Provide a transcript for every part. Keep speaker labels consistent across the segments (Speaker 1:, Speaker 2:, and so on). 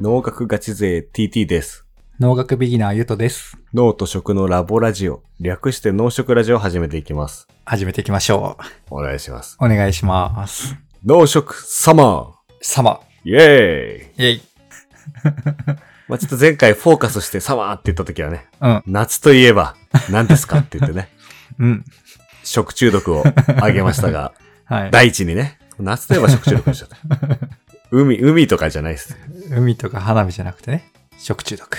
Speaker 1: 農学ガチ勢 TT です。
Speaker 2: 農学ビギナーゆとです。
Speaker 1: 脳と食のラボラジオ、略して農食ラジオを始めていきます。
Speaker 2: 始めていきましょ
Speaker 1: お願いします。
Speaker 2: う。お願いします。
Speaker 1: 農食サマ
Speaker 2: 様。
Speaker 1: ーイエーイ
Speaker 2: イェイ。
Speaker 1: まあ、ちょっと前回フォーカスしてサマーって言った時はね、
Speaker 2: うん、
Speaker 1: 夏といえば何ですかって言ってね、
Speaker 2: うん。
Speaker 1: 食中毒をあげましたが、
Speaker 2: はい。
Speaker 1: 第一にね、夏といえば食中毒でしょ。海、海とかじゃないです。
Speaker 2: 海とか花火じゃなくてね。食中毒。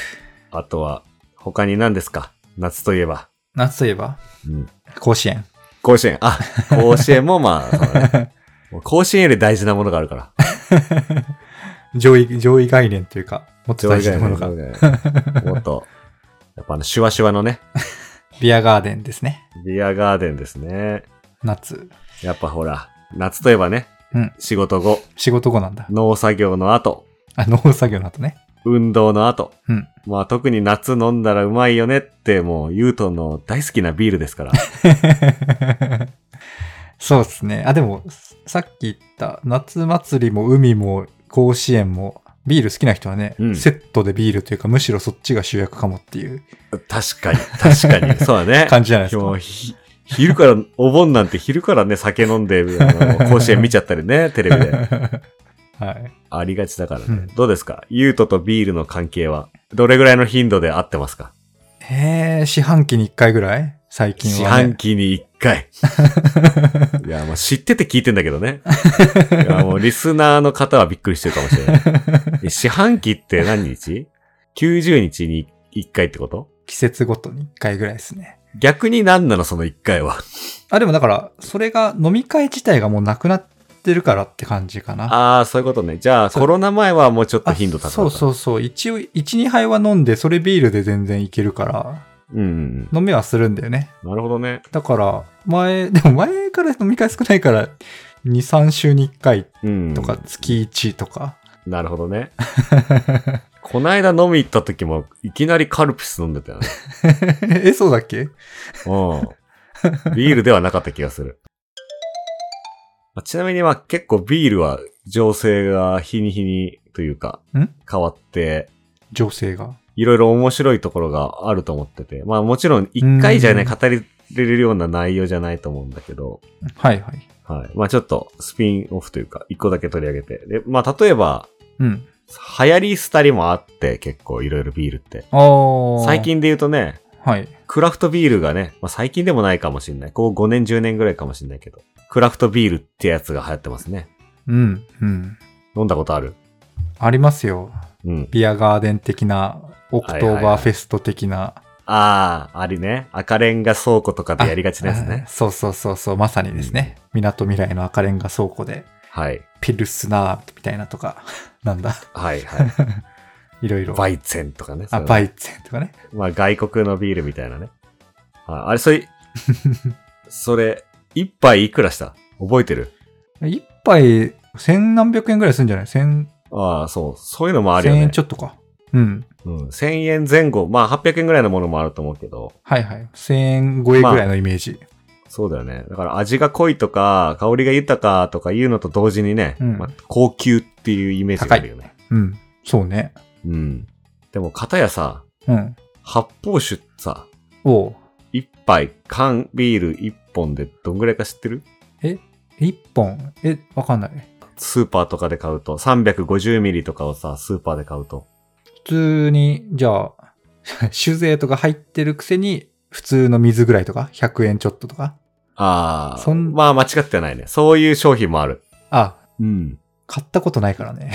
Speaker 1: あとは、他に何ですか夏といえば。
Speaker 2: 夏といえば、
Speaker 1: うん。
Speaker 2: 甲子園。
Speaker 1: 甲子園。あ、甲子園もまあ、そうだ ね。もう甲子園より大事なものがあるから。
Speaker 2: 上位、上位概念というか、もっと大事なものが。
Speaker 1: もっと、やっぱあの、シュワシュワのね、
Speaker 2: ビアガーデンですね。
Speaker 1: ビアガーデンですね。
Speaker 2: 夏。
Speaker 1: やっぱほら、夏といえばね、
Speaker 2: うん
Speaker 1: 仕事後、
Speaker 2: 仕事後なんだ。
Speaker 1: 農作業の後、
Speaker 2: あ、農作業の後ね。
Speaker 1: 運動の後、
Speaker 2: うん。
Speaker 1: まあ特に夏飲んだらうまいよねって、もう、ユートンの大好きなビールです から。
Speaker 2: そうですね。あ、でも、さっき言った、夏祭りも海も甲子園も、ビール好きな人はね、
Speaker 1: うん
Speaker 2: セットでビールというか、むしろそっちが主役かもっていう
Speaker 1: 確かに、確かに。そうだね。
Speaker 2: 感じじゃないです
Speaker 1: 今
Speaker 2: か。
Speaker 1: 日ひ昼から、お盆なんて昼からね、酒飲んで、あの甲子園見ちゃったり ね、テレビで。
Speaker 2: はい。
Speaker 1: ありがちだからね。
Speaker 2: うん
Speaker 1: どうですかユートとビールの関係は、どれぐらいの頻度で合ってますか、
Speaker 2: えー、四半期に一回ぐらい最近
Speaker 1: 四
Speaker 2: は、
Speaker 1: 半
Speaker 2: ね。
Speaker 1: 期に一回。 いや、もう知ってて聞いてんだけどね。いや、もうリスナーの方はびっくりしてるかもしれ ないえ。四半期って何日 ?90 日に一回ってこと
Speaker 2: 季節ごとに一回ぐらいですね。
Speaker 1: 逆に何なのその一回は。
Speaker 2: あ、でもだから、それが飲み会自体がもうなくなってるからって感じかな。
Speaker 1: ああ、そういうことね。じゃあ、
Speaker 2: そう
Speaker 1: コロナ前はもうちょっと
Speaker 2: あ
Speaker 1: 頻度高かった。
Speaker 2: そうそうそう。一応、一、二杯は飲んで、それビールで全然いけるから、
Speaker 1: うんうん
Speaker 2: 飲めはするんだよね。
Speaker 1: うん。なるほどね。
Speaker 2: だから、前、 でも前から飲み会少ないから、2、3週に1回
Speaker 1: うん。
Speaker 2: とか、月1とか。
Speaker 1: なるほどね。こないだ飲み行った時も、いきなりカルピス飲んでたよね。
Speaker 2: え、そうだっけ
Speaker 1: うん。ビールではなかった気がする。まあちなみに、まあ結構ビールは情勢が日に日にというか
Speaker 2: ん、
Speaker 1: 変わって、
Speaker 2: 情勢が。
Speaker 1: いろいろ面白いところがあると思ってて、まあもちろん一回じゃね、
Speaker 2: うん
Speaker 1: 語れるような内容じゃないと思うんだけど、
Speaker 2: はいはい。
Speaker 1: はい。まあちょっとスピンオフというか、一個だけ取り上げて。で、まあ例えば、
Speaker 2: うん。
Speaker 1: 流行り廃りもあって結構いろいろビールって。
Speaker 2: あー
Speaker 1: 最。近で言うとね、
Speaker 2: はい。
Speaker 1: クラフトビールがね、まあ、最近でもないかもしれない。ここ5年、10年ぐらいかもしれないけど、クラフトビールってやつが流行ってますね。
Speaker 2: うん。うん。
Speaker 1: 飲んだことある
Speaker 2: ありますよ。
Speaker 1: うん。
Speaker 2: ビアガーデン的な、オクトーバーフェスト的な。
Speaker 1: ああ、ありね。赤レンガ倉庫とかでやりがちです
Speaker 2: あ
Speaker 1: ね。
Speaker 2: そうそうそうそう、まさにですね。港未来の赤レンガ倉庫で、
Speaker 1: はい。
Speaker 2: ピルスナーみたいなとか、 なんだ。
Speaker 1: はいはい。
Speaker 2: いろい ろ。
Speaker 1: バ
Speaker 2: イ。
Speaker 1: イツェンとかね。
Speaker 2: あ、バ
Speaker 1: イ。
Speaker 2: イツェンとかね。
Speaker 1: まあ外国のビールみたいなね。ああれ、それ、それ、一杯いくらした覚えてる
Speaker 2: 一杯、千何百円ぐらいするんじゃない千、
Speaker 1: ああ、そう。そういうのもあるよ
Speaker 2: 千
Speaker 1: ね。
Speaker 2: 円ちょっとか。うん。
Speaker 1: うん。1000円前後。まあ800円ぐらいのものもあると思うけど。
Speaker 2: はいはい。千円超えぐらいのイメージ。
Speaker 1: そうだよね。だから味が濃いとか、香りが豊かとかいうのと同時にね、
Speaker 2: うん
Speaker 1: まあ高級っていうイメージがあるよね。
Speaker 2: うん。そうね。
Speaker 1: うん。でも、片やさ、
Speaker 2: うん。
Speaker 1: 発泡酒さ、
Speaker 2: おう
Speaker 1: 一杯、缶ビール一本でどんぐらいか知ってる
Speaker 2: 一本。え、わかんない。
Speaker 1: スーパーとかで買うと、350ミリとかをさ、スーパーで買うと。
Speaker 2: 普通に、じゃあ、 酒税とか入ってるくせに、普通の水ぐらいとか、100円ちょっととか。
Speaker 1: ああ、
Speaker 2: そん
Speaker 1: まあ間違ってはないね。そういう商品もある。
Speaker 2: あ、
Speaker 1: うん。
Speaker 2: 買ったことないからね。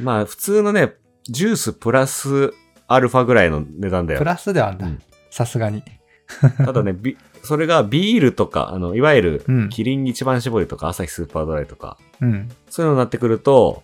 Speaker 1: まあ普通のね、ジュースプラスアルファぐらいの値段だよ
Speaker 2: プ。ラスではあんだ
Speaker 1: うん。
Speaker 2: さすがに。
Speaker 1: ただね、ビそれがビールとか、あの、いわゆる
Speaker 2: うん、
Speaker 1: キリン一番搾りとか、アサヒスーパードライとか、
Speaker 2: うん。
Speaker 1: そういうのになってくると、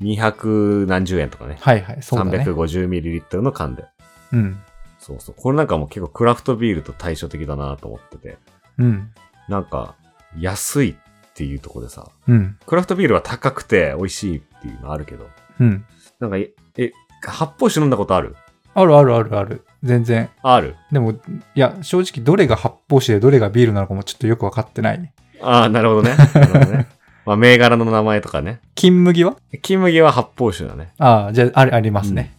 Speaker 1: 200何十円とかね。
Speaker 2: はいはい、そうだね。
Speaker 1: 350ml の缶で。
Speaker 2: うん。
Speaker 1: そうそう。これなんかもう結構クラフトビールと対照的だなと思ってて。
Speaker 2: うん。
Speaker 1: なんか、安いっていうとこでさ、
Speaker 2: うん。
Speaker 1: クラフトビールは高くて美味しいっていうのあるけど、
Speaker 2: うん。
Speaker 1: なんか、え、え発泡酒飲んだことある
Speaker 2: あるあるあるある。全然。
Speaker 1: ある
Speaker 2: でも、いや、正直どれが発泡酒でどれがビールなのかもちょっとよくわかってない。
Speaker 1: ああ、なるほどね。なるほどね。まあ、銘柄の名前とかね。
Speaker 2: 金麦は
Speaker 1: 金麦は発泡酒だね。
Speaker 2: ああ、じゃあ、あれありますね。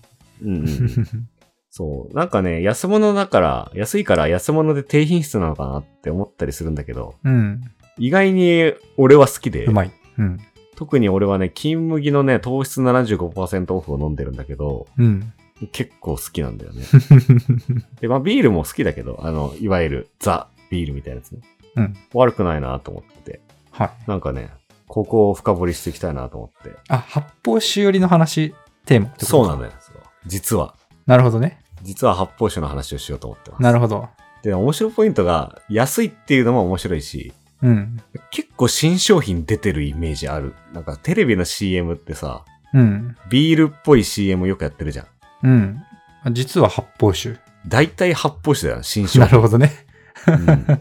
Speaker 1: うん、うん。そう。なんかね、安物だから、安いから安物で低品質なのかなって思ったりするんだけど、
Speaker 2: うん。
Speaker 1: 意外に俺は好きで
Speaker 2: う、まい。うん。
Speaker 1: 特に俺はね、金麦のね、糖質75%オフを飲んでるんだけど、
Speaker 2: うん。
Speaker 1: 結構好きなんだ よね。で、まあビールも好きだけど、あの、いわゆるザ・ビールみたいなやつね。
Speaker 2: うん。
Speaker 1: 悪くないなと思ってて。
Speaker 2: はい。
Speaker 1: なんかね、ここを深掘りしていきたいなと思って。
Speaker 2: あ、発泡酒寄りの話、テーマってこと
Speaker 1: そうな
Speaker 2: だ。
Speaker 1: のよ。そう実は。
Speaker 2: なるほどね。
Speaker 1: 実は発泡酒の話をしようと思ってます。
Speaker 2: なるほど。
Speaker 1: で、面白いポイントが、安いっていうのも面白いし、
Speaker 2: うん。
Speaker 1: 結構新商品出てるイメージある。なんかテレビの CM ってさ、
Speaker 2: うん。
Speaker 1: ビールっぽい CM よくやってるじゃん。
Speaker 2: うん。実は発泡酒。
Speaker 1: 大体発泡酒だよ、新商
Speaker 2: なる
Speaker 1: 品。
Speaker 2: ほどね。
Speaker 1: うん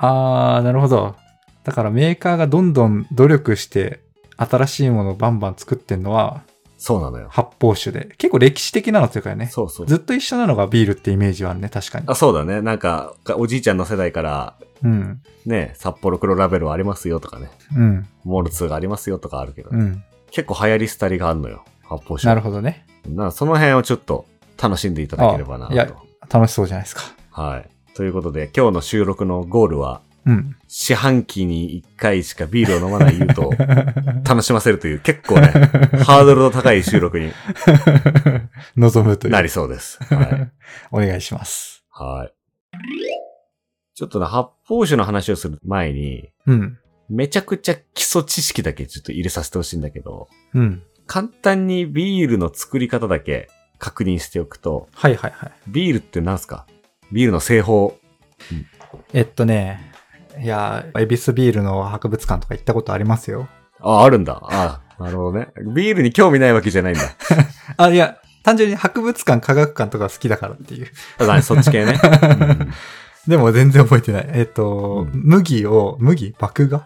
Speaker 2: あー、なるほど。だからメーカーがどんどん努力して、新しいものをバンバン作ってんのは、
Speaker 1: そうなのよ。
Speaker 2: 発泡酒で。結構歴史的なのというかね。
Speaker 1: そうそう。
Speaker 2: ずっと一緒なのがビールってイメージはあるね、確かに。
Speaker 1: あ、そうだね。なんか、おじいちゃんの世代から、
Speaker 2: うん。
Speaker 1: ね、札幌黒ラベルはありますよとかね、
Speaker 2: うん。
Speaker 1: モルツがありますよとかあるけど、
Speaker 2: うん。
Speaker 1: 結構流行り廃りがあるのよ、発泡酒。
Speaker 2: なるほどね。
Speaker 1: ど。なその辺をちょっと楽しんでいただければな
Speaker 2: あいや
Speaker 1: と。
Speaker 2: 楽しそうじゃないですか。
Speaker 1: はい。ということで、今日の収録のゴールは、
Speaker 2: うん。
Speaker 1: 四半期に1回しかビールを飲まない言うと、楽しませるという結構ね、 ハードルの高い収録に
Speaker 2: 望むという。
Speaker 1: なりそうです。はい。
Speaker 2: お願いします。
Speaker 1: はい。ちょっとね、発泡酒の話をする前に、
Speaker 2: うん。
Speaker 1: めちゃくちゃ基礎知識だけちょっと入れさせてほしいんだけど、
Speaker 2: うん。
Speaker 1: 簡単にビールの作り方だけ確認しておくと、
Speaker 2: はいはいはい。
Speaker 1: ビールって何すかビールの製法。
Speaker 2: えっとね、いや、エビスビールの博物館とか行ったことありますよ。
Speaker 1: あ、あるんだ。あ、なるほどね。ビールに興味ないわけじゃないんだ。
Speaker 2: あ、いや、単純に博物館、科学館とか好きだからっていう。
Speaker 1: ただね、そっち系 ね。うん
Speaker 2: でも全然覚えてない。えっと、
Speaker 1: うん
Speaker 2: 麦を、麦麦芽、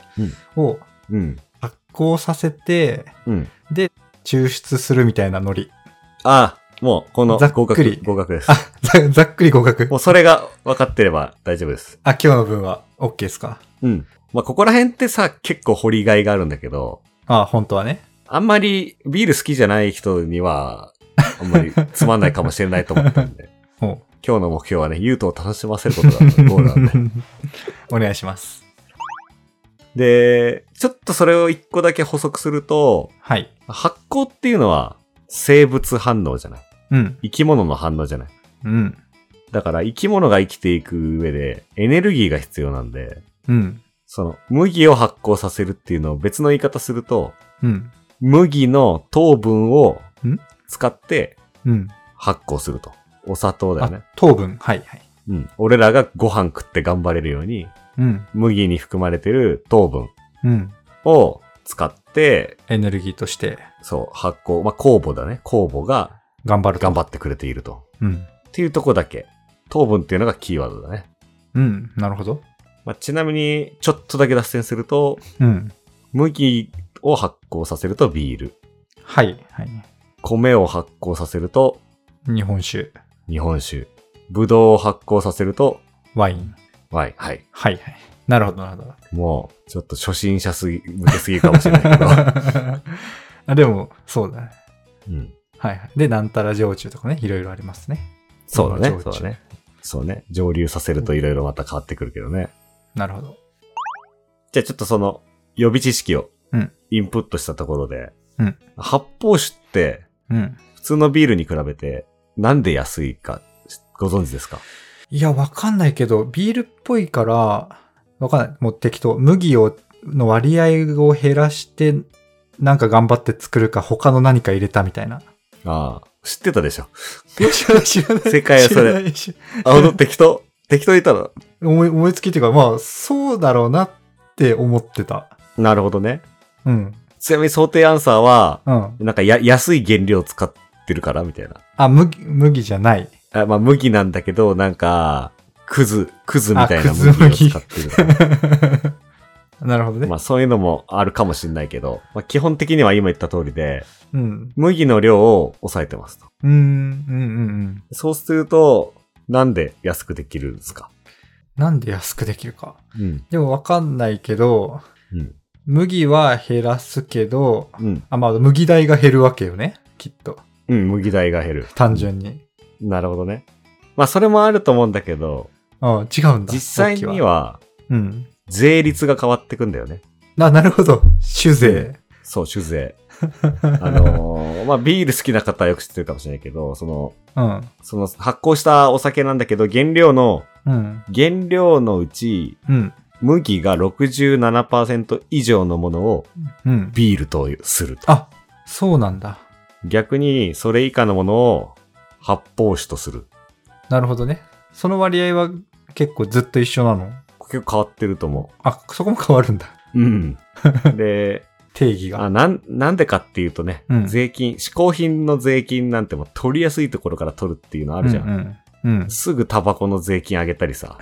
Speaker 2: を
Speaker 1: うん。
Speaker 2: 発酵させて、
Speaker 1: うん。
Speaker 2: 抽出するみたいなノリ。
Speaker 1: あ、もう、この
Speaker 2: ざっ
Speaker 1: 合
Speaker 2: くり
Speaker 1: 格、合格です
Speaker 2: あ。、ざざっくり合格
Speaker 1: も。うそれが分かってれば大丈夫です。
Speaker 2: あ、今日の分は OK ですか
Speaker 1: うん。まあ、ここら辺ってさ、結構掘りがいがあるんだけど、
Speaker 2: あ、本当はね。
Speaker 1: あんまりビール好きじゃない人には、あんまりつまんないかもしれないと思ったんで、
Speaker 2: おう
Speaker 1: 今日の目標はね、ユートを楽しませることがゴールなん で。
Speaker 2: お願いします。
Speaker 1: で、ちょっとそれを一個だけ補足すると、
Speaker 2: はい。
Speaker 1: 発酵っていうのは生物反応じゃない。
Speaker 2: うん。
Speaker 1: 生き物の反応じゃない。
Speaker 2: うん。
Speaker 1: だから生き物が生きていく上でエネルギーが必要なんで、
Speaker 2: うん。
Speaker 1: その麦を発酵させるっていうのを別の言い方すると、
Speaker 2: うん。
Speaker 1: 麦の糖分を
Speaker 2: ん
Speaker 1: 使って
Speaker 2: うん。
Speaker 1: 発酵すると。お砂糖だよね
Speaker 2: あ。、糖分。はいはい。
Speaker 1: うん。俺らがご飯食って頑張れるように、
Speaker 2: うん。
Speaker 1: 麦に含まれてる糖分
Speaker 2: うん。
Speaker 1: を使って、
Speaker 2: エネルギーとして
Speaker 1: そう、発酵、まあ、酵母だね。酵母が
Speaker 2: 頑張ると。
Speaker 1: 頑張ってくれていると。
Speaker 2: うん。
Speaker 1: っていうとこだけ。糖分っていうのがキーワードだね。
Speaker 2: うん。なるほど。
Speaker 1: まあ、ちなみに、ちょっとだけ脱線すると、
Speaker 2: うん。
Speaker 1: 麦を発酵させるとビール。
Speaker 2: はい。はい。
Speaker 1: 米を発酵させると
Speaker 2: 日本酒。
Speaker 1: 日本酒。ぶどうを発酵させると
Speaker 2: ワイン。
Speaker 1: ワイン。はい。
Speaker 2: はいはい。なるほど、なるほど。
Speaker 1: もう、ちょっと初心者すぎ、向けすぎるかもしれ ないけど。
Speaker 2: あでも、そうだね。
Speaker 1: うん。
Speaker 2: はいはい。で、なんたら焼酎とかね、いろいろありますね。
Speaker 1: そうだね。
Speaker 2: そ
Speaker 1: そうう
Speaker 2: だ
Speaker 1: だ
Speaker 2: ね
Speaker 1: ね。そうね。蒸留させるといろいろまた変わってくるけどね。
Speaker 2: なるほど。
Speaker 1: じゃあちょっとその予備知識を
Speaker 2: うん
Speaker 1: インプットしたところで、
Speaker 2: うん
Speaker 1: 発泡酒って
Speaker 2: うん。
Speaker 1: 普通のビールに比べてなんで安いかご存知ですか
Speaker 2: いや、わかんないけど、ビールっぽいから、わかんない。もう適当。麦を、の割合を減らして、なんか頑張って作るか、他の何か入れたみたいな。
Speaker 1: ああ、知ってたでしょ。
Speaker 2: 知らない、知らない。
Speaker 1: 正解はそれ
Speaker 2: 知らないし
Speaker 1: あ、ほんと適当。 適当言ったら。
Speaker 2: 思い、思いつきっていうか、まあ、そうだろうなって思ってた。
Speaker 1: なるほどね。
Speaker 2: うん。
Speaker 1: ちなみに想定アンサーは、
Speaker 2: うん。
Speaker 1: なんかや安い原料を使ってるからみたいな。
Speaker 2: あ、麦、麦じゃ ない。
Speaker 1: あまあ麦なんだけど、なんか、クズ、クズみたい
Speaker 2: あ
Speaker 1: な
Speaker 2: クズ麦
Speaker 1: 麦を使ってるから。
Speaker 2: なるほどね。
Speaker 1: まあそういうのもあるかもしれないけど、まあ、基本的には今言った通りで、
Speaker 2: うん。
Speaker 1: 麦の量を抑えてますと。
Speaker 2: うーん、うん、うん、うん。
Speaker 1: そうすると、なんで安くできるんですか
Speaker 2: なんで安くできるか。
Speaker 1: うん。
Speaker 2: でもわかんないけど、
Speaker 1: うん。
Speaker 2: 麦は減らすけど、
Speaker 1: うん。
Speaker 2: あ、まあ、麦代が減るわけよね。きっと。
Speaker 1: うん、麦代が減る。
Speaker 2: 単純に。
Speaker 1: なるほどね。まあ、それもあると思うんだけど、
Speaker 2: うん、違うんだ。
Speaker 1: 実際に
Speaker 2: 時
Speaker 1: は、
Speaker 2: うん。
Speaker 1: 税率が変わってくんだよね。
Speaker 2: あ、なるほど。酒税。
Speaker 1: そう、酒 税。あのーまあ、ビール好きな方はよく知ってるかもしれないけど、その、
Speaker 2: うん。
Speaker 1: その発酵したお酒なんだけど、原料の、
Speaker 2: うん。
Speaker 1: 原料のうち、
Speaker 2: うん。
Speaker 1: 麦が67%以上のものを
Speaker 2: うん。
Speaker 1: ビールとすると。
Speaker 2: あ、そうなんだ。
Speaker 1: 逆に、それ以下のものを発泡酒とする。
Speaker 2: なるほどね。その割合は結構ずっと一緒なの
Speaker 1: 結構変わってると思
Speaker 2: あ、そこも変わるんだ。
Speaker 1: う。うん。で、
Speaker 2: 定義
Speaker 1: あ
Speaker 2: が。
Speaker 1: なん、なんでかっていうとね、
Speaker 2: うん
Speaker 1: 税金、嗜好品の税金なんてもう取りやすいところから取るっていうのあるじゃん。
Speaker 2: うん、うん。うん。
Speaker 1: すぐタバコの税金上げたりさ、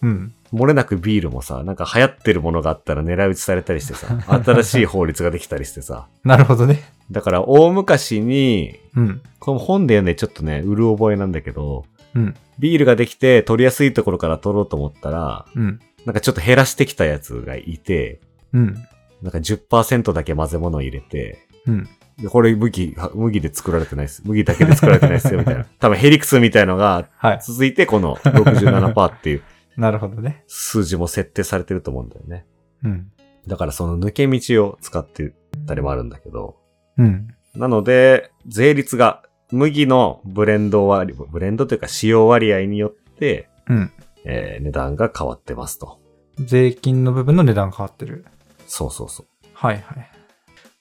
Speaker 2: うん。
Speaker 1: 漏れなくビールもさ、なんか流行ってるものがあったら狙い撃ちされたりしてさ、新しい法律ができたりしてさ。
Speaker 2: なるほどね。
Speaker 1: だから大昔に、
Speaker 2: うん。
Speaker 1: この本で読んでちょっとね、うる覚えなんだけど、
Speaker 2: うん。
Speaker 1: ビールができて取りやすいところから取ろうと思ったら、
Speaker 2: うん。
Speaker 1: なんかちょっと減らしてきたやつがいて、
Speaker 2: うん。
Speaker 1: なんか10%だけ混ぜ物を入れて、
Speaker 2: うん。
Speaker 1: でこれ麦、は麦で作られてないです。麦だけで作られてないですよ、みたいな。多分ヘリクスみたいのが
Speaker 2: はい。
Speaker 1: 続いてこの67%っていう
Speaker 2: なるほどね。
Speaker 1: 数字も設定されてると思うんだよね。
Speaker 2: うん。
Speaker 1: だからその抜け道を使ってたりもあるんだけど。
Speaker 2: うん。
Speaker 1: なので、税率が麦のブレンド割、ブレンドというか使用割合によって、
Speaker 2: うん。
Speaker 1: えー値段が変わってますと。
Speaker 2: 税金の部分の値段変わってる。
Speaker 1: そうそうそう。
Speaker 2: はいはい。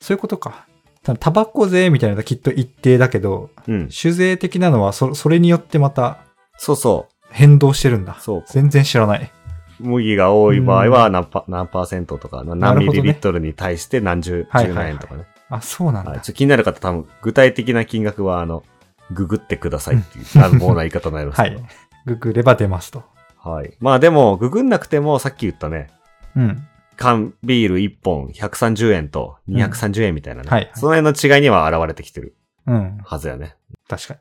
Speaker 2: そういうことか。ただタバコ税みたいなのはきっと一定だけど、
Speaker 1: うん。
Speaker 2: 酒税的なのはそそれによってまた
Speaker 1: そうそ
Speaker 2: 変動してるんだ。
Speaker 1: そう
Speaker 2: 全然知らない。
Speaker 1: う。麦が多い場合は何パ,、何パーセントとか、
Speaker 2: な
Speaker 1: 何
Speaker 2: る
Speaker 1: ミ
Speaker 2: ほどね
Speaker 1: リリットルに対して何十、
Speaker 2: はい
Speaker 1: 十
Speaker 2: は
Speaker 1: 何
Speaker 2: いはい
Speaker 1: 円とかね。
Speaker 2: あ、そうなんだ。
Speaker 1: はい、ちょっと気になる方多分具体的な金額はあの、ググってくださいっていう 乱暴な言い方になります
Speaker 2: は
Speaker 1: け
Speaker 2: い。
Speaker 1: ど。
Speaker 2: ググれば出ますと。
Speaker 1: はい、まあでも、ググんなくてもさっき言ったね、
Speaker 2: うん。
Speaker 1: 缶ビール1本130円と230円みたいなね。
Speaker 2: うんはいはい
Speaker 1: その辺の違いには現れてきてる
Speaker 2: うん。
Speaker 1: はずやね。
Speaker 2: 確かに。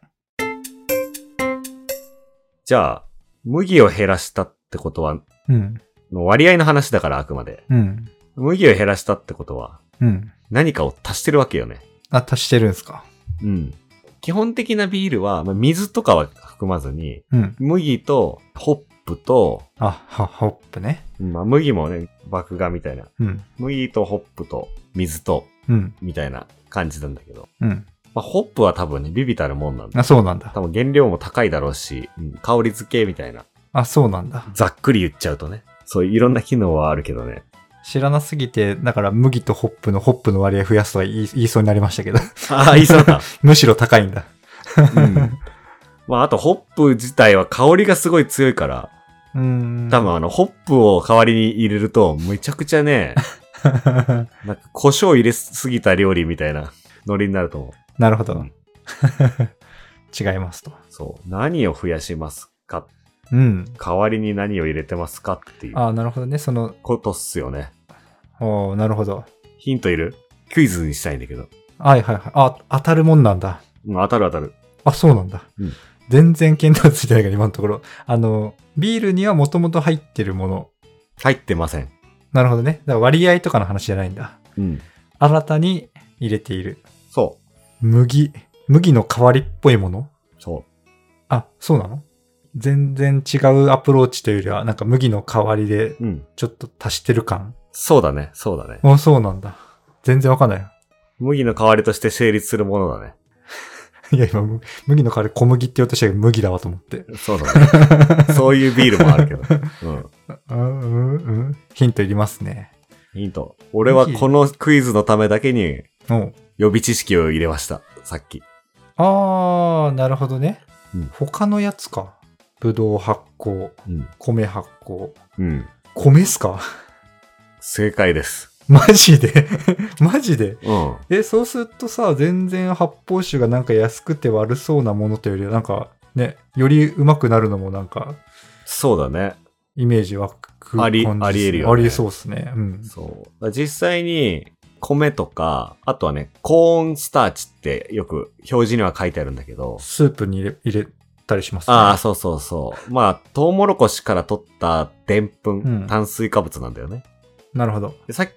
Speaker 1: じゃあ、麦を減らしたってことは、
Speaker 2: うん。
Speaker 1: の割合の話だからあくまで。
Speaker 2: うん。
Speaker 1: 麦を減らしたってことは、
Speaker 2: うん。
Speaker 1: 何かを足してるわけよね。
Speaker 2: あ、足してるんですか。
Speaker 1: うん。基本的なビールは、まあ水とかは含まずに、
Speaker 2: うん。
Speaker 1: 麦とホップと、
Speaker 2: あ、は、ホップね。
Speaker 1: まあ、麦もね、麦芽みたいな。
Speaker 2: うん。
Speaker 1: 麦とホップと水と、
Speaker 2: うん。
Speaker 1: みたいな感じなんだけど。
Speaker 2: うん。
Speaker 1: まあ、ホップは多分ね、ビビたるもんなんだ。
Speaker 2: あ、そうなんだ。
Speaker 1: 多分原料も高いだろうし、うん香り付けみたいな。
Speaker 2: あ、そうなんだ。
Speaker 1: ざっくり言っちゃうとね。そういういろんな機能はあるけどね。
Speaker 2: 知らなすぎて、だから麦とホップのホップの割合増やすとは言い言いそうになりましたけど。
Speaker 1: ああ、言いそうだ。
Speaker 2: むしろ高いんだ。
Speaker 1: うん。まあ、あと、ホップ自体は香りがすごい強いから、
Speaker 2: うーん。
Speaker 1: 多分あの、ホップを代わりに入れると、めちゃくちゃね、 な
Speaker 2: 分。
Speaker 1: んか胡椒入れすぎた料理みたいなノリになると思う。
Speaker 2: なるほど。
Speaker 1: うん
Speaker 2: 違いますと。
Speaker 1: そう。何を増やしますか
Speaker 2: うん。
Speaker 1: 代わりに何を入れてますかっていう
Speaker 2: あなるほどね。その、
Speaker 1: ことっすよね。
Speaker 2: おーなるほど。
Speaker 1: ヒントいるクイズにしたいんだけど。
Speaker 2: はいはいはい。あ、当たるもんなんだ。
Speaker 1: うん当たる当たる。
Speaker 2: あ、そうなんだ。
Speaker 1: うん
Speaker 2: 全然見当ついてないから、今のところ。あの、ビールにはもともと入ってるもの。
Speaker 1: 入ってません。
Speaker 2: なるほどね。だから割合とかの話じゃないんだ。
Speaker 1: うん。
Speaker 2: 新たに入れている。
Speaker 1: そ
Speaker 2: 麦。麦の代わりっぽいもの
Speaker 1: う。そ
Speaker 2: あ、そうなの全然違うアプローチというよりは、なんか麦の代わりで
Speaker 1: う。うん。
Speaker 2: ちょっと足してる感。
Speaker 1: そうだね。そうだね。
Speaker 2: あ、そうなんだ。全然わかんない。
Speaker 1: 麦の代わりとして成立するものだね。
Speaker 2: いや、今、む麦の代わり小麦って言おうとしたけど、麦だわと思って。
Speaker 1: そうだね。そういうビールもあるけど。うん。
Speaker 2: うん、うん、うん。ヒントいりますね。
Speaker 1: ヒント。俺はこのクイズのためだけに
Speaker 2: おう
Speaker 1: 予備知識を入れました。さっき。
Speaker 2: あー、なるほどね。
Speaker 1: うん
Speaker 2: 他のやつか。ぶどう発酵、
Speaker 1: うん。
Speaker 2: 米発酵。
Speaker 1: うん。
Speaker 2: 米っすか
Speaker 1: 正解です。
Speaker 2: マジで マジで
Speaker 1: うん。
Speaker 2: え、そうするとさ、全然発泡酒がなんか安くて悪そうなものというよりは、なんかね、よりうまくなるのもなんか、
Speaker 1: そうだね。
Speaker 2: イメージ湧く
Speaker 1: あり
Speaker 2: 感じっす
Speaker 1: ありえるよね
Speaker 2: ありえそうっすね。うん。
Speaker 1: そう。実際に、米とか、あとはね、コーンスターチってよく表示には書いてあるんだけど、
Speaker 2: スープに入れ入れたりします、
Speaker 1: ああ、そうそうそう。まあ、トウモロコシから取ったでんぷん、
Speaker 2: うん
Speaker 1: 炭水化物なんだよね。
Speaker 2: なるほど。
Speaker 1: でさっき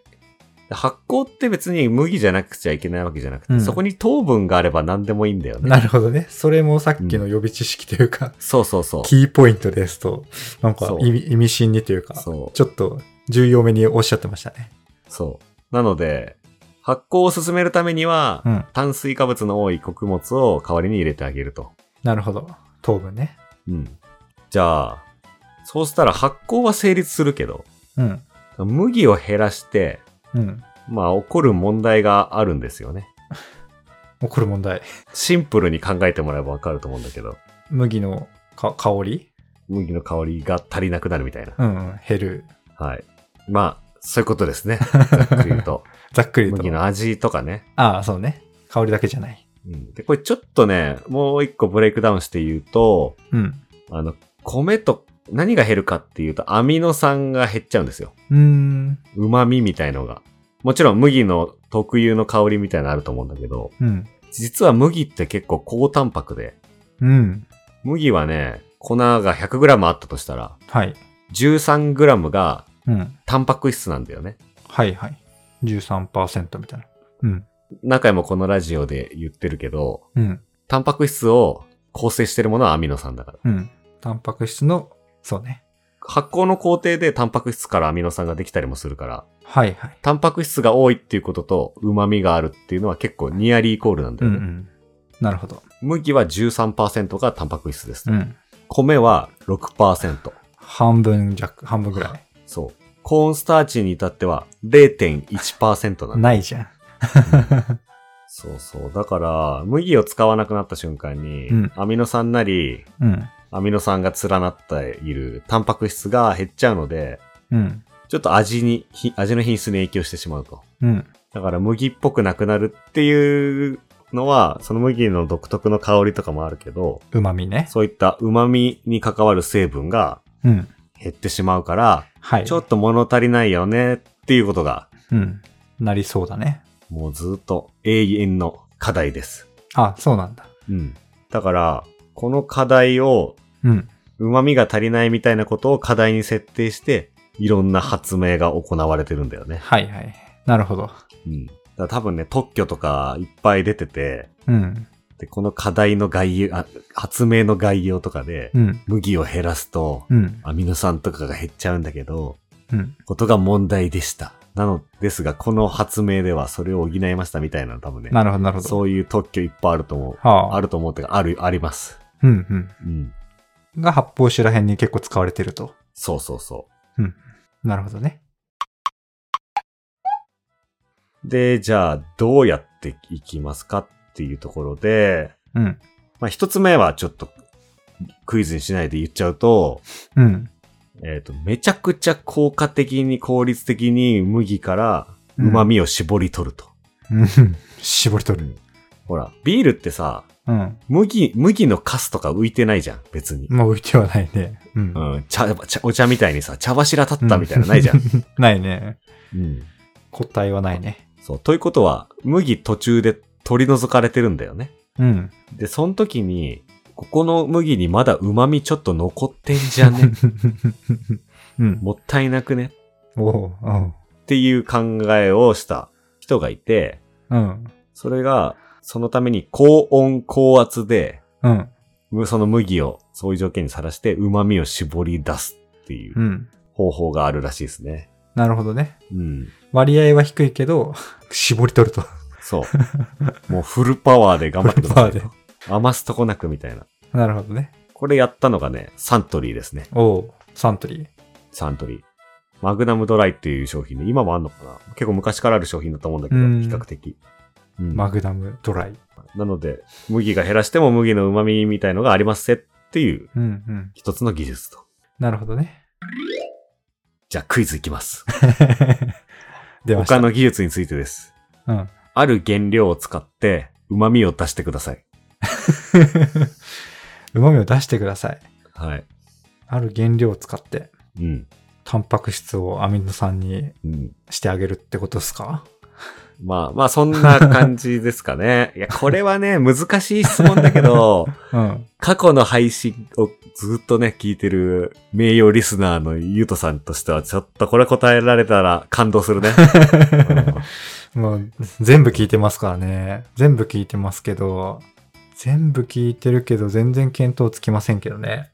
Speaker 1: 発酵って別に麦じゃなくちゃいけないわけじゃなくて、
Speaker 2: うん
Speaker 1: そこに糖分があれば何でもいいんだよね。
Speaker 2: なるほどね。それもさっきの予備知識というか、
Speaker 1: そうそうそう。
Speaker 2: キーポイントですと、なんか
Speaker 1: そう
Speaker 2: 意味意味深にというか、
Speaker 1: そう。
Speaker 2: ちょっと重要めにおっしゃってましたね。
Speaker 1: そう。なので、発酵を進めるためには、
Speaker 2: うん。
Speaker 1: 炭水化物の多い穀物を代わりに入れてあげると。
Speaker 2: なるほど。糖分ね。
Speaker 1: うん。じゃあ、そうしたら発酵は成立するけど、
Speaker 2: うん。
Speaker 1: 麦を減らして、
Speaker 2: うん。
Speaker 1: まあ起こる問題があるんですよね。
Speaker 2: 起こる問題。
Speaker 1: シンプルに考えてもらえばわかると思うんだけど、
Speaker 2: 麦のか香り
Speaker 1: 麦の香りが足りなくなるみたいな。
Speaker 2: うんうん。減る。
Speaker 1: はい。まあ、そういうことです ね。ざっくり 言うと。
Speaker 2: ざっくりと。
Speaker 1: 麦の味とかね。
Speaker 2: ああ、そうね。香りだけじゃない。
Speaker 1: うん、で、これちょっとね、もう一個ブレイクダウンして言うと、
Speaker 2: うん。
Speaker 1: あの、米と何が減るかっていうと、アミノ酸が減っちゃうんですよ。
Speaker 2: うーん。
Speaker 1: 旨味みたいのが。もちろん麦の特有の香りみたいなのあると思うんだけど、
Speaker 2: うん。
Speaker 1: 実は麦って結構高タンパクで、
Speaker 2: うん。
Speaker 1: 麦はね、粉が 100g あったとしたら、
Speaker 2: はい。
Speaker 1: 13g が
Speaker 2: うん。
Speaker 1: タンパク質なんだよね。
Speaker 2: はいはい。13%みたいな。うん。
Speaker 1: 何回もこのラジオで言ってるけど、
Speaker 2: うん。
Speaker 1: タンパク質を構成してるものはアミノ酸だから。
Speaker 2: うん。タンパク質の、そうね。
Speaker 1: 発酵の工程でタンパク質からアミノ酸ができたりもするから、
Speaker 2: はいはい。
Speaker 1: タンパク質が多いっていうことと旨味があるっていうのは結構ニアリーイコールなんだ
Speaker 2: う
Speaker 1: よ
Speaker 2: んう
Speaker 1: ね。
Speaker 2: ん。なるほど。
Speaker 1: 麦は13%がタンパク質です。
Speaker 2: うん。
Speaker 1: 米は6%。
Speaker 2: 半分弱、半分ぐらい。
Speaker 1: そう。コーンスターチに至っては0.1%なんだ。
Speaker 2: ないじゃん。
Speaker 1: そうそう。だから、麦を使わなくなった瞬間に、
Speaker 2: うん
Speaker 1: アミノ酸なり、
Speaker 2: うん。
Speaker 1: アミノ酸が連なっているタンパク質が減っちゃうので、
Speaker 2: うん。
Speaker 1: ちょっと味に、ひ味の品質に影響してしまうと。
Speaker 2: うん。
Speaker 1: だから麦っぽくなくなるっていうのは、その麦の独特の香りとかもあるけど、
Speaker 2: うまみね。
Speaker 1: そういった旨味に関わる成分が
Speaker 2: うん。
Speaker 1: 減ってしまうから、
Speaker 2: はい。
Speaker 1: ちょっと物足りないよねっていうことが、
Speaker 2: うん。なりそうだね。
Speaker 1: もうずっと永遠の課題です。
Speaker 2: あ、そうなんだ。
Speaker 1: うん。だから、この課題を、
Speaker 2: うん。
Speaker 1: 旨味が足りないみたいなことを課題に設定して、いろんな発明が行われてるんだよね。
Speaker 2: はいはい。なるほど。
Speaker 1: うん。だから多分ね、特許とかいっぱい出てて、
Speaker 2: うん。
Speaker 1: で、この課題の概要、あ発明の概要とかで、
Speaker 2: うん。
Speaker 1: 麦を減らすと、
Speaker 2: うん。
Speaker 1: アミノ酸とかが減っちゃうんだけど、
Speaker 2: うん。
Speaker 1: ことが問題でした。なのですが、この発明ではそれを補いましたみたいな、多分ね。
Speaker 2: なるほど、なるほど。
Speaker 1: そういう特許いっぱいあると思う。
Speaker 2: はあ。
Speaker 1: あると思うってか、ある、あります。
Speaker 2: うん
Speaker 1: うん。
Speaker 2: うん。が発泡酒ら辺に結構使われてると。
Speaker 1: そうそうそ
Speaker 2: なるほどね。
Speaker 1: う。で、じゃあ、どうやっていきますかっていうところで、
Speaker 2: うん。
Speaker 1: まあ、一つ目はちょっと、クイズにしないで言っちゃうと、
Speaker 2: うん。
Speaker 1: えっ、と、めちゃくちゃ効果的に効率的に麦から
Speaker 2: うん
Speaker 1: 旨味を絞り取ると。
Speaker 2: うん。絞り取る。
Speaker 1: ほら、ビールってさ、
Speaker 2: うん。
Speaker 1: 麦、麦のカスとか浮いてないじゃん、別に。
Speaker 2: まあ浮いてはないね。うん。
Speaker 1: うん、茶、茶お茶みたいにさ、茶柱立ったみたいなのないじゃん。
Speaker 2: ないね。
Speaker 1: うん。
Speaker 2: 答えはないね。
Speaker 1: そう。ということは、麦途中で取り除かれてるんだよね。
Speaker 2: うん。
Speaker 1: で、その時に、ここの麦にまだ旨味ちょっと残ってんじゃ ね
Speaker 2: うん。
Speaker 1: もったいなくね
Speaker 2: おう。うん。
Speaker 1: っていう考えをした人がいて、
Speaker 2: うん。
Speaker 1: それが、そのために高温高圧で、
Speaker 2: うん。。
Speaker 1: むその麦をそういう条件にさらして旨味を絞り出すっていううん方法があるらしいですね。
Speaker 2: なるほどね。
Speaker 1: うん。
Speaker 2: 割合は低いけど、 絞り取ると。
Speaker 1: そう。もうフルパワーで頑張ってください
Speaker 2: フル
Speaker 1: と。余すとこなくみたいな。
Speaker 2: なるほどね。
Speaker 1: これやったのがね、サントリーですね。
Speaker 2: おう。サントリー。
Speaker 1: サントリー。マグナムドライっていう商品で、今もあんのかな結構昔からある商品だと思うんだけど、
Speaker 2: うん
Speaker 1: 比較的。うん
Speaker 2: マグナムドライ。
Speaker 1: なので、麦が減らしても麦の旨味みたいのがありますせっていう
Speaker 2: うんうん。
Speaker 1: 一つの技術と。
Speaker 2: なるほど ね。
Speaker 1: じゃあクイズいきます。
Speaker 2: 出ました。
Speaker 1: 他の技術についてです。
Speaker 2: うん。
Speaker 1: ある原料を使って旨味を出してください。
Speaker 2: うまみを出してください。
Speaker 1: はい。
Speaker 2: ある原料を使って、
Speaker 1: うん。
Speaker 2: タンパク質をアミノ酸に
Speaker 1: うん。
Speaker 2: してあげるってことですか
Speaker 1: まあまあそんな感じですかね。 いや、これはね、難しい質問だけど、
Speaker 2: うん。
Speaker 1: 過去の配信をずっとね、聞いてる名誉リスナーのゆうとさんとしては、ちょっとこれ答えられたら感動す るね。
Speaker 2: もう全部聞いてますからね。全部聞いてますけど、全部聞いてるけど全然見当つきませんけどね。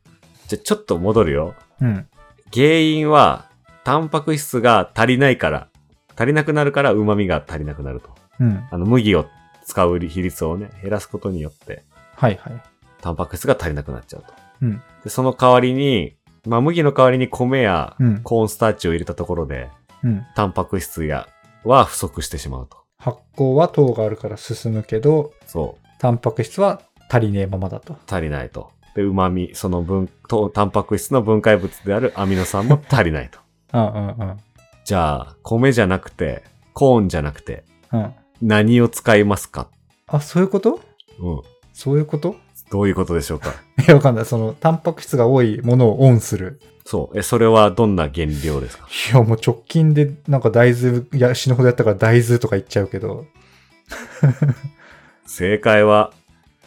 Speaker 1: じゃ、ちょっと戻るよ。
Speaker 2: うん。
Speaker 1: 原因は、タンパク質が足りないから、足りなくなるから旨味が足りなくなると。
Speaker 2: うん。
Speaker 1: あの、麦を使う比率をね、減らすことによって、
Speaker 2: はいはい。
Speaker 1: タンパク質が足りなくなっちゃうと。
Speaker 2: うん
Speaker 1: で、その代わりに、まあ、麦の代わりに米や
Speaker 2: うん。
Speaker 1: コーンスターチを入れたところで、
Speaker 2: うん。
Speaker 1: タンパク質やは不足してしまうと。
Speaker 2: 発酵は糖があるから進むけど、
Speaker 1: そう。
Speaker 2: タンパク質は足りねえままだと。
Speaker 1: 足りないと。で、旨味、その分、とタンパク質の分解物であるアミノ酸も足りないと。
Speaker 2: うんうんうん。
Speaker 1: じゃあ、米じゃなくて、コーンじゃなくて、
Speaker 2: うん。
Speaker 1: 何を使いますか
Speaker 2: あ、そういうこと
Speaker 1: うん。
Speaker 2: そういうこと
Speaker 1: どういうことでしょうか
Speaker 2: いや、わかんない。その、タンパク質が多いものをオンする。
Speaker 1: そう。え、それはどんな原料ですか
Speaker 2: いや、もう直近で、なんか大豆、いや、死ぬほどやったから大豆とか言っちゃうけど。
Speaker 1: 正解は、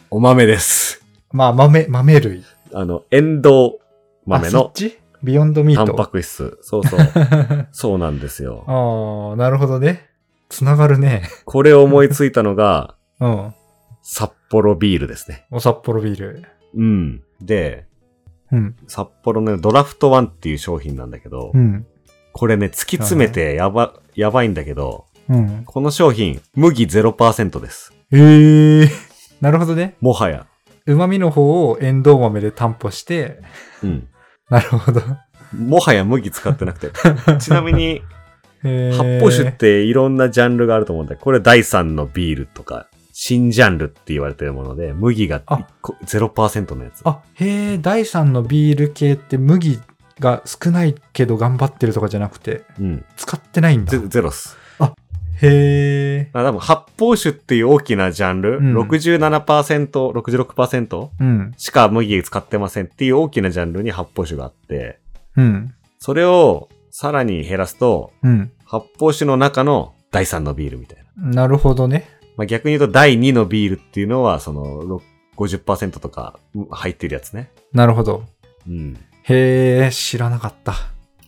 Speaker 1: お豆です。
Speaker 2: まあ、豆、豆類。
Speaker 1: あの、エンドウ豆
Speaker 2: あそ
Speaker 1: の
Speaker 2: っちビヨンドミ
Speaker 1: タ
Speaker 2: ー
Speaker 1: ンパ
Speaker 2: ト。
Speaker 1: ク質。そう そう。
Speaker 2: あ
Speaker 1: そうなんですよ。
Speaker 2: あ、なるほどね。つながるね。
Speaker 1: これを思いついたのが、
Speaker 2: うん。
Speaker 1: 札幌ビールですね。
Speaker 2: お札幌ビール。
Speaker 1: うん。で、
Speaker 2: うん。
Speaker 1: 札幌のドラフトワンっていう商品なんだけど、
Speaker 2: うん。
Speaker 1: これね、突き詰めてやば、やばいんだけど、
Speaker 2: うん。
Speaker 1: この商品、麦0%です。
Speaker 2: ええなるほどね。
Speaker 1: もはや。
Speaker 2: 旨味の方をエンドウ豆で担保して、
Speaker 1: うん。
Speaker 2: なるほど。
Speaker 1: もはや麦使ってな くて。ちなみに、
Speaker 2: えー
Speaker 1: 発泡酒っていろんなジャンルがあると思うんだけど、これ第3のビールとか、新ジャンルって言われてるもので、麦が
Speaker 2: あ
Speaker 1: 一個0%のやつ。
Speaker 2: あ、へえ、第3のビール系って麦が少ないけど頑張ってるとかじゃなくて、
Speaker 1: うん。
Speaker 2: 使ってないんだ
Speaker 1: ゼ。ゼロっす。
Speaker 2: へえ。
Speaker 1: あ多分発泡酒っていう大きなジャンル、
Speaker 2: うん
Speaker 1: 67%、66%
Speaker 2: うん。
Speaker 1: しか麦使ってませんっていう大きなジャンルに発泡酒があって、
Speaker 2: うん。
Speaker 1: それをさらに減らすと、
Speaker 2: うん。
Speaker 1: 発泡酒の中の第3のビールみたいな。
Speaker 2: なるほどね。
Speaker 1: まあ、逆に言うと第2のビールっていうのは、そのろ50%とかうん入ってるやつね。
Speaker 2: なるほど。
Speaker 1: うん。
Speaker 2: へえ、知らなかった。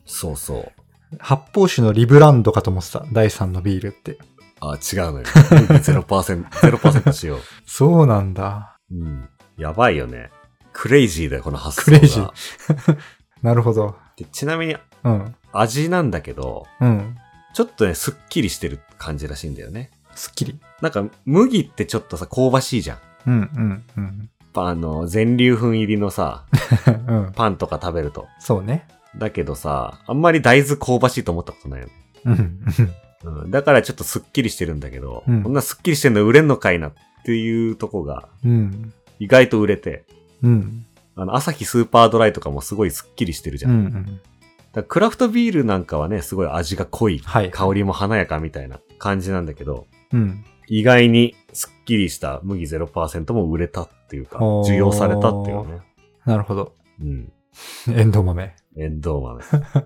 Speaker 1: そうそう。
Speaker 2: 発泡酒のリブランドかと思ってた。第3のビールって。
Speaker 1: あ、違うのよ。0%、0%しよ
Speaker 2: そうなんだ。
Speaker 1: う。うん。やばいよね。クレイジーだよ、この発想
Speaker 2: クレイジ
Speaker 1: が
Speaker 2: ー。なるほど。
Speaker 1: でちなみに
Speaker 2: うん。
Speaker 1: 味なんだけど、
Speaker 2: うん。
Speaker 1: ちょっとね、すっきりしてる感じらしいんだよね。
Speaker 2: すっきり。
Speaker 1: なんか、麦ってちょっとさ、香ばしいじゃん。や
Speaker 2: うんうんうん。
Speaker 1: っぱあの、全粒粉入りのさ、
Speaker 2: うん。
Speaker 1: パンとか食べると。
Speaker 2: そうね。
Speaker 1: だけどさ、あんまり大豆香ばしいと思ったことないよね。
Speaker 2: うん。
Speaker 1: うん、だからちょっとすっきりしてるんだけど、
Speaker 2: うん
Speaker 1: こんなすっきりしてんの売れんのかいなっていうとこが、
Speaker 2: うん。
Speaker 1: 意外と売れて、
Speaker 2: うん。
Speaker 1: あの、朝日スーパードライとかもすごいすっきりしてるじゃ。
Speaker 2: うん
Speaker 1: だ
Speaker 2: ん。
Speaker 1: からクラフトビールなんかはね、すごい味が濃い、
Speaker 2: はい。
Speaker 1: 香りも華やかみたいな感じなんだけど、
Speaker 2: うん。
Speaker 1: 意外にすっきりした麦0%も売れたっていうか、
Speaker 2: おー
Speaker 1: 需要されたっていうね。
Speaker 2: なるほど。
Speaker 1: うん。
Speaker 2: エンドウ豆。
Speaker 1: エンドウ豆。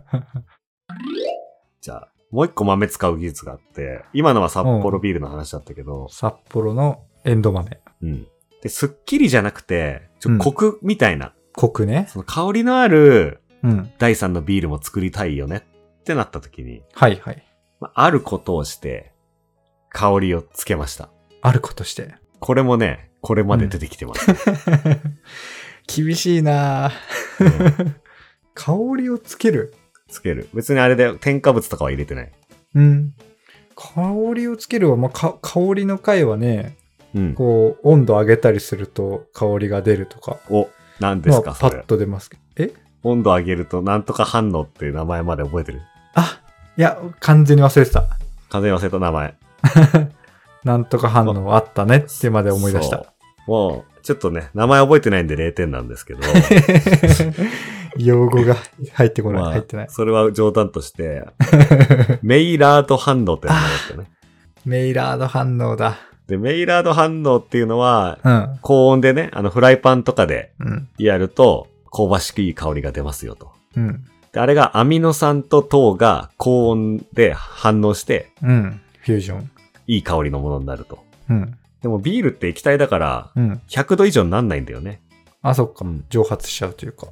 Speaker 1: じゃあ、もう一個豆使う技術があって、今のは札幌ビールの話だったけど、
Speaker 2: 札幌のエンドウ豆。
Speaker 1: うん。で、すっきりじゃなくて、ち
Speaker 2: う
Speaker 1: ょ、
Speaker 2: ん
Speaker 1: コクみたいな、
Speaker 2: コクね。
Speaker 1: その香りのある
Speaker 2: うん。
Speaker 1: 第3のビールも作りたいよねってなった時に、
Speaker 2: はいはい。
Speaker 1: まああることをして、香りをつけました。
Speaker 2: あることして。
Speaker 1: これもね、これまで出てきてます。
Speaker 2: 厳しいなぁ
Speaker 1: うん
Speaker 2: 香りをつける。
Speaker 1: つける。別にあれで添加物とかは入れてない。
Speaker 2: うん。香りをつけるは、まあ、か香りの回はね、
Speaker 1: うん。
Speaker 2: こう、温度上げたりすると香りが出るとか。
Speaker 1: お、何です
Speaker 2: ま
Speaker 1: か、
Speaker 2: あ、パ
Speaker 1: そ
Speaker 2: ッ
Speaker 1: れ。
Speaker 2: と出ますけど。え
Speaker 1: 温度上げるとなんとか反応っていう名前まで覚えてる。
Speaker 2: あ、いや、完全に忘れてた。
Speaker 1: 風邪忘れた名前。
Speaker 2: なんとか反応あったねってまで思い出し
Speaker 1: そう
Speaker 2: た。。
Speaker 1: もう、ちょっとね、名前覚えてないんで0点なんです けど。
Speaker 2: 用語が入ってこない、
Speaker 1: まあ
Speaker 2: 入ってない。
Speaker 1: それは冗談と して、メイラード反応って名前だったよね。
Speaker 2: メイラード反応だ。
Speaker 1: で、メイラード反応っていうのは、
Speaker 2: うん。
Speaker 1: 高温でね、あの、フライパンとかで
Speaker 2: うん。
Speaker 1: やると、香ばしくいい香りが出ますよと。
Speaker 2: うん。
Speaker 1: で、あれがアミノ酸と糖が高温で反応して、
Speaker 2: うん。フュージョン。
Speaker 1: いい香りのものになると。
Speaker 2: うん。
Speaker 1: でもビールって液体だから、
Speaker 2: うん。
Speaker 1: 100度以上になんないんだよね。
Speaker 2: あ、そっか
Speaker 1: うん。
Speaker 2: 蒸発しちゃうというか。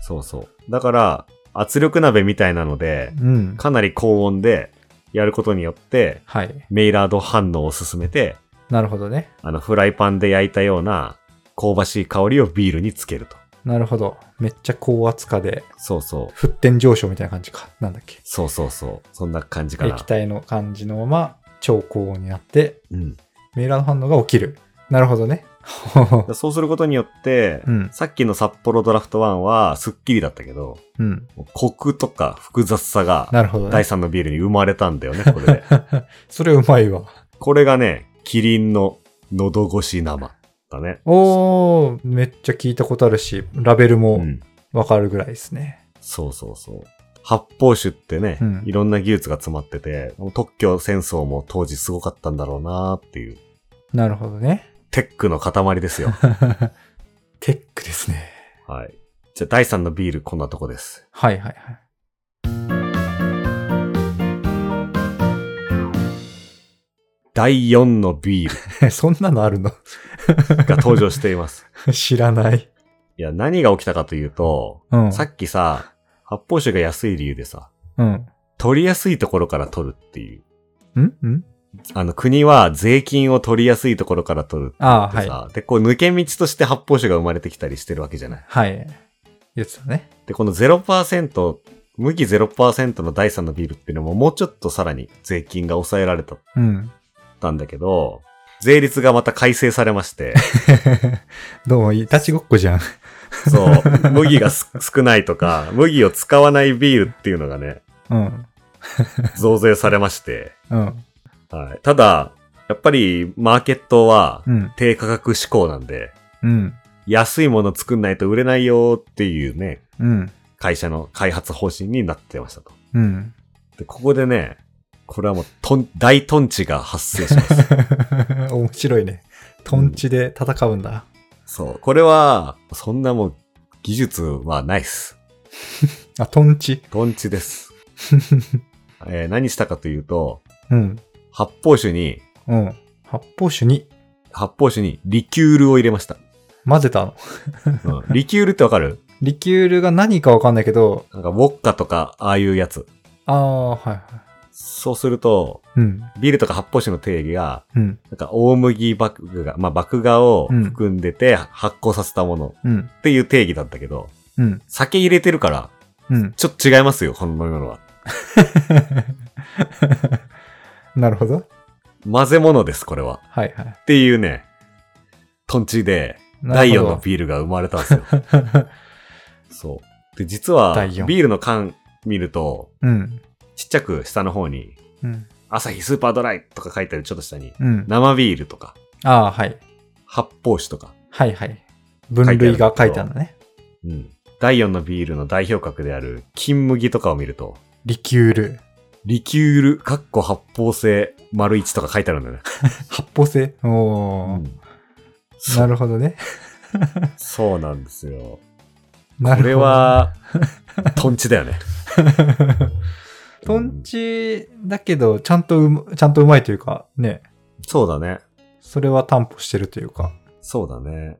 Speaker 1: そうそう。だから、圧力鍋みたいなので、
Speaker 2: うん。
Speaker 1: かなり高温でやることによって、
Speaker 2: はい。
Speaker 1: メイラード反応を進めて、
Speaker 2: なるほどね。
Speaker 1: あの、フライパンで焼いたような香ばしい香りをビールにつけると。
Speaker 2: なるほど。めっちゃ高圧化で、
Speaker 1: そうそう。
Speaker 2: 沸点上昇みたいな感じか。なんだっけ。
Speaker 1: そうそうそう。そんな感じかな
Speaker 2: 液。体の感じのまま超高温になって、
Speaker 1: うん。
Speaker 2: メイラード反応が起きる。なるほどね。
Speaker 1: そうすることによって、
Speaker 2: うん。
Speaker 1: さっきの札幌ドラフト1はスッキリだったけど、
Speaker 2: うん。
Speaker 1: コクとか複雑さが
Speaker 2: なるほど
Speaker 1: 第
Speaker 2: ね。
Speaker 1: 3のビールに生まれたんだよね、これ で。
Speaker 2: それうまいわ。
Speaker 1: これがね、キリンの喉越し生だね。
Speaker 2: おー、めっちゃ聞いたことあるし、ラベル
Speaker 1: う
Speaker 2: も
Speaker 1: ん。
Speaker 2: わかるぐらいですね。
Speaker 1: そうそうそう。発泡酒ってね、
Speaker 2: うん
Speaker 1: いろんな技術が詰まってて、特許戦争も当時すごかったんだろうなーっていう、
Speaker 2: なるほどね。
Speaker 1: テックの塊です よ。
Speaker 2: テックですね。
Speaker 1: はい。じゃあ第3のビールこんなとこです。
Speaker 2: はいはいはい。
Speaker 1: 第4のビー
Speaker 2: え そんなのあるの
Speaker 1: ルが登場してい ます。
Speaker 2: 知らない。
Speaker 1: いや、何が起きたかというと、
Speaker 2: うん。
Speaker 1: さっきさ、発泡酒が安い理由でさ、
Speaker 2: うん。
Speaker 1: 取りやすいところから取るっていう。
Speaker 2: んん
Speaker 1: あの、国は税金を取りやすいところから取るって言ってさ、で、こう抜け道として発泡酒が生まれてきたりしてるわけじゃない。
Speaker 2: はい。言ってたね。
Speaker 1: で、この0%、麦0%の第3のビールっていうのももうちょっとさらに税金が抑えられた
Speaker 2: うん。
Speaker 1: たんだけど、税率がまた改正されま して、
Speaker 2: どうも、いたちごっこじゃん。
Speaker 1: そう、麦がす少ないとか、麦を使わないビールっていうのがね、
Speaker 2: うん。
Speaker 1: 増税されまして、
Speaker 2: うん。
Speaker 1: はい。ただ、やっぱりマーケットは
Speaker 2: うん。
Speaker 1: 低価格志向なんで、
Speaker 2: うん。
Speaker 1: 安いもの作んないと売れないよっていうね、
Speaker 2: うん。
Speaker 1: 会社の開発方針になってましたと。
Speaker 2: うん。
Speaker 1: で、ここでね、これはもう、とん、大トンチが発生し ます。
Speaker 2: 面白いね。トンチで戦うんだ。
Speaker 1: そう。これは、そんなもう、技術はないっす。
Speaker 2: あ、トン チ。
Speaker 1: トンチです。えー何したかというと、
Speaker 2: うん。
Speaker 1: 発泡酒に、
Speaker 2: うん。発泡酒に
Speaker 1: 発泡酒にリキュールを入れました。
Speaker 2: 混ぜたの。
Speaker 1: うん、リキュールってわかる
Speaker 2: リキュールが何かわかんないけど、
Speaker 1: なんか、ウォッカとか、ああいうやつ。
Speaker 2: ああ、はいはい。
Speaker 1: そうすると、
Speaker 2: うん。
Speaker 1: ビールとか発泡酒の定義が、
Speaker 2: うん。
Speaker 1: なんか、大麦麦芽、まあ、麦芽を含んでて発酵させたもの
Speaker 2: うん。
Speaker 1: っていう定義だったけど、
Speaker 2: うん。
Speaker 1: 酒入れてるから、
Speaker 2: うん。
Speaker 1: ちょっと違いますよ、この飲み物は。
Speaker 2: なるほど。
Speaker 1: 混ぜ物です、これは。
Speaker 2: はいはい。
Speaker 1: っていうね、トンチで、
Speaker 2: な
Speaker 1: 第4
Speaker 2: るほ
Speaker 1: の
Speaker 2: ど
Speaker 1: ビールが生まれたん ですよ。そう。で、実は、
Speaker 2: 第
Speaker 1: ビ
Speaker 2: 四
Speaker 1: ールの缶見ると、
Speaker 2: うん。
Speaker 1: ちっちゃく下の方に、
Speaker 2: うん。
Speaker 1: 朝日スーパードライとか書いてあるちょっと下に、
Speaker 2: うん。
Speaker 1: 生ビールとか、
Speaker 2: ああ、はい。
Speaker 1: 発泡酒とか、
Speaker 2: はいはい。分類が書いてあるのね。
Speaker 1: うん。第4のビールの代表格である、金麦とかを見ると、
Speaker 2: リキュール。
Speaker 1: リキュール、かっこ発泡性、丸1とか書いてあるんだよね。
Speaker 2: 発泡性おー、
Speaker 1: うん
Speaker 2: なるほどね。
Speaker 1: そうなんですよ。
Speaker 2: な
Speaker 1: こ
Speaker 2: るほど。
Speaker 1: れ、は、トンチだよね。
Speaker 2: トンチだけど、ちゃんとうま、ちゃんとうまいというか、ね。
Speaker 1: そうだね。
Speaker 2: それは担保してるというか、
Speaker 1: そうだね。